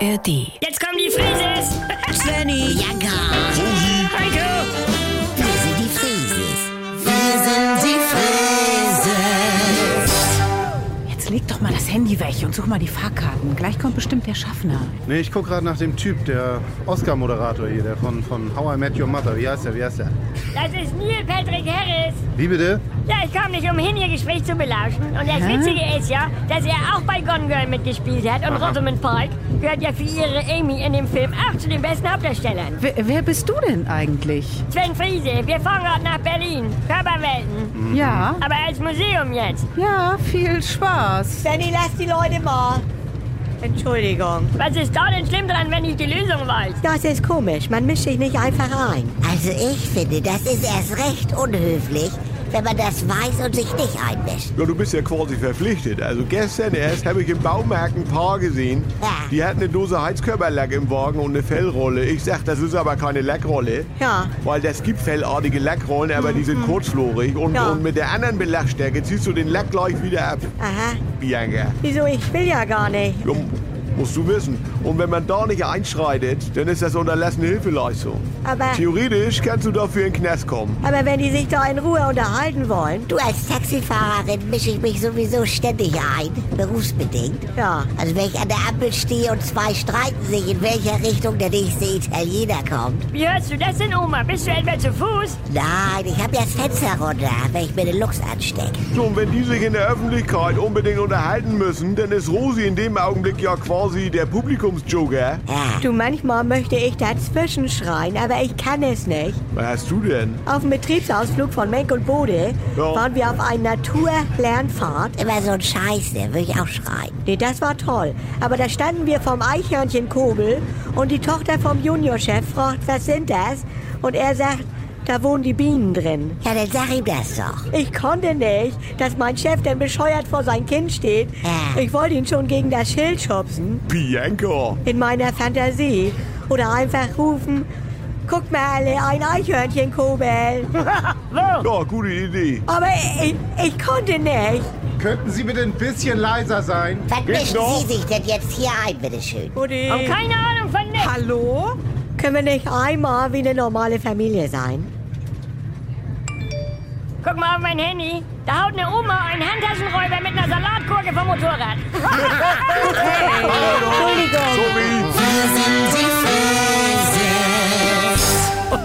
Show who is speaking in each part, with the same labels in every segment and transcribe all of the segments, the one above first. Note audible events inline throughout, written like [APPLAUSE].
Speaker 1: ARD.
Speaker 2: Jetzt kommen die Frises! [LAUGHS]
Speaker 3: Svenny, Jagger,
Speaker 2: Heiko!
Speaker 3: wir sind die Frieses. Wir sind die Frieses.
Speaker 1: Jetzt leg doch mal das Handy weg und such mal die Fahrkarten. Gleich kommt bestimmt der Schaffner.
Speaker 4: Nee, ich guck gerade nach dem Typ, der Oscar-Moderator hier, der von, von How I Met Your Mother. Wie heißt der? Wie heißt der?
Speaker 2: Das ist Neil Patrick Harris.
Speaker 4: Wie bitte?
Speaker 2: Ja, ich komme nicht umhin, ihr Gespräch zu belauschen. Und das Witzige ist ja, dass er auch bei Gone Girl mitgespielt hat. Und Rosamund Pike gehört ja für ihre Amy in dem Film auch zu den besten Hauptdarstellern.
Speaker 1: Wer, wer bist du denn eigentlich?
Speaker 2: Sven Friese, wir fahren gerade nach Berlin. Körperwelten.
Speaker 1: Ja,
Speaker 2: Aber als Museum jetzt.
Speaker 1: ja, viel Spaß.
Speaker 5: Benny, lass die Leute mal. Entschuldigung.
Speaker 2: Was ist da denn schlimm dran, wenn ich die Lösung weiß?
Speaker 5: Das ist komisch. Man mischt sich nicht einfach ein.
Speaker 3: Also ich finde, das ist erst recht unhöflich, wenn man das weiß und sich nicht einmischt.
Speaker 6: Ja, du bist ja quasi verpflichtet. Also gestern erst habe ich im Baumarkt ein Paar gesehen.
Speaker 3: Ja.
Speaker 6: Die hat eine Dose Heizkörperlack im Wagen und eine Fellrolle. Ich sag, das ist aber keine Lackrolle.
Speaker 5: Ja. Mhm.
Speaker 6: Weil das gibt fellartige Lackrollen, aber die sind kurzflorig. Und,
Speaker 5: Ja.
Speaker 6: und mit der anderen Belachstärke ziehst du den Lack gleich wieder ab,
Speaker 5: Aha.
Speaker 6: Bianca.
Speaker 5: Wieso? Ich will ja gar nicht.
Speaker 6: Ja, musst du wissen. Und wenn man da nicht einschreitet, dann ist das unterlassene Hilfeleistung.
Speaker 5: Aber,
Speaker 6: Theoretisch kannst du dafür in den Knast kommen.
Speaker 5: aber wenn die sich da in Ruhe unterhalten wollen.
Speaker 3: Du als Taxifahrerin mische ich mich sowieso ständig ein, berufsbedingt.
Speaker 5: Ja.
Speaker 3: Also wenn ich an der Ampel stehe und zwei streiten sich, in welcher Richtung der nächste Italiener kommt.
Speaker 2: Wie hörst du das denn, Oma? Bist du etwa zu Fuß?
Speaker 3: Nein, ich habe ja das Fenster runter, wenn ich mir den Lux anstecke.
Speaker 6: So, und wenn die sich in der Öffentlichkeit unbedingt unterhalten müssen, dann ist Rosi in dem Augenblick ja quasi der Publikumsjoker.
Speaker 3: Ja.
Speaker 5: Du, manchmal möchte ich dazwischen schreien, aber ich kann es nicht.
Speaker 6: Was hast du denn?
Speaker 5: Auf dem Betriebsausflug von Menk und Bode
Speaker 6: Ja.
Speaker 5: waren wir auf einer Naturlernfahrt.
Speaker 3: Immer so ein Scheiß, der würde ich auch schreien.
Speaker 5: Nee, das war toll. Aber da standen wir vom Eichhörnchen Kobel und die Tochter vom Juniorchef fragt, was sind das? Und er sagt, da wohnen die Bienen drin.
Speaker 3: Ja, dann sag ihm das doch.
Speaker 5: Ich konnte nicht, dass mein Chef denn bescheuert vor sein Kind steht.
Speaker 3: Ja.
Speaker 5: Ich wollte ihn schon gegen das Schild schubsen,
Speaker 6: Bianca!
Speaker 5: in meiner Fantasie. Oder einfach rufen, guck mal alle, ein Eichhörnchen Kobel.
Speaker 2: Wo?
Speaker 6: Ja, gute Idee.
Speaker 5: Aber ich, ich konnte nicht.
Speaker 4: Könnten Sie bitte ein bisschen leiser sein?
Speaker 3: Was
Speaker 6: Geht
Speaker 3: mischen
Speaker 6: noch?
Speaker 3: Sie sich denn jetzt hier ein, bitteschön?
Speaker 5: Buddy.
Speaker 2: Hab keine Ahnung von nichts.
Speaker 5: Hallo? Können wir nicht einmal wie eine normale Familie sein?
Speaker 2: Guck mal auf mein Handy. Da haut eine Oma einen Handtaschenräuber mit einer Salatgurke vom Motorrad.
Speaker 5: Entschuldigung.
Speaker 6: Sorry.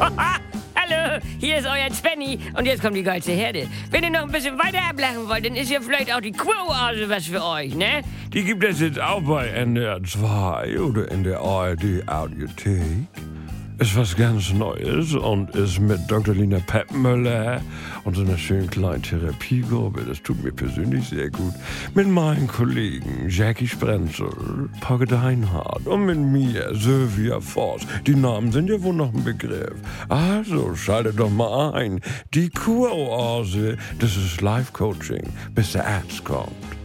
Speaker 2: Hallo, hier ist euer Svenny und jetzt kommt die geilste Herde. Wenn ihr noch ein bisschen weiter ablachen wollt, dann ist hier vielleicht auch die Quo-Oase was für euch, ne?
Speaker 7: Die gibt es jetzt auch bei NDR 2 oder in der ARD Audiothek. Ist was ganz Neues und ist mit Dr. Lina Peppmüller und so einer schönen kleinen Therapiegruppe, das tut mir persönlich sehr gut, mit meinen Kollegen Jackie Sprenzel, Pogge Deinhardt und mit mir, Sylvia Voss. Die Namen sind ja wohl noch ein Begriff. Also schaltet doch mal ein. Die Kuroase, das ist Life-Coaching, bis der Arzt kommt.